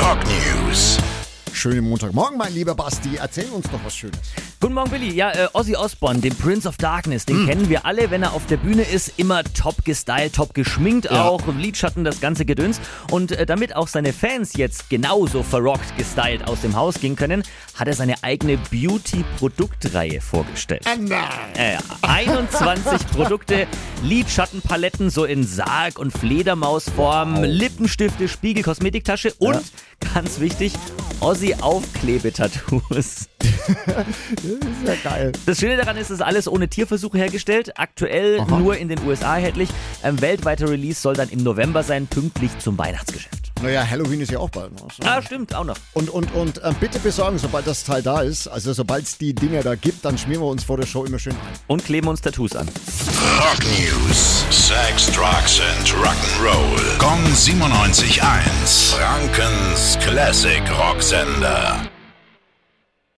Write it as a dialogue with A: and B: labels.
A: Rock News.
B: Schönen Montagmorgen, mein lieber Basti. Erzähl uns doch was Schönes.
C: Guten Morgen, Billy. Ja, äh, Ozzy Osbourne, den Prince of Darkness, den kennen wir alle, wenn er auf der Bühne ist. Immer top gestylt, top geschminkt auch, Lidschatten, das ganze Gedöns. Und äh, damit auch seine Fans jetzt genauso verrockt gestylt aus dem Haus gehen können, hat er seine eigene Beauty-Produktreihe vorgestellt. Äh, 21 Produkte, Lidschattenpaletten so in Sarg- und Fledermausform, Lippenstifte, Spiegel, Kosmetiktasche und, ganz wichtig, Ossi-Aufklebetattoos.
B: Ist ja geil.
C: Das Schöne daran ist, es ist alles ohne Tierversuche hergestellt, aktuell nur in den USA erhältlich. Ein weltweiter Release soll dann im November sein, pünktlich zum Weihnachtsgeschäft.
B: Naja, Halloween ist ja auch bald noch.
C: Ah, stimmt, auch noch.
B: Und, und, und äh, bitte besorgen, sobald das Teil da ist, also sobald es die Dinger da gibt, dann schmieren wir uns vor der Show immer schön ein.
C: Und kleben uns Tattoos an.
A: Rock News. Sex, Drugs and Rock'n'Roll. Kong 97.1. Frankens Classic Rocksender.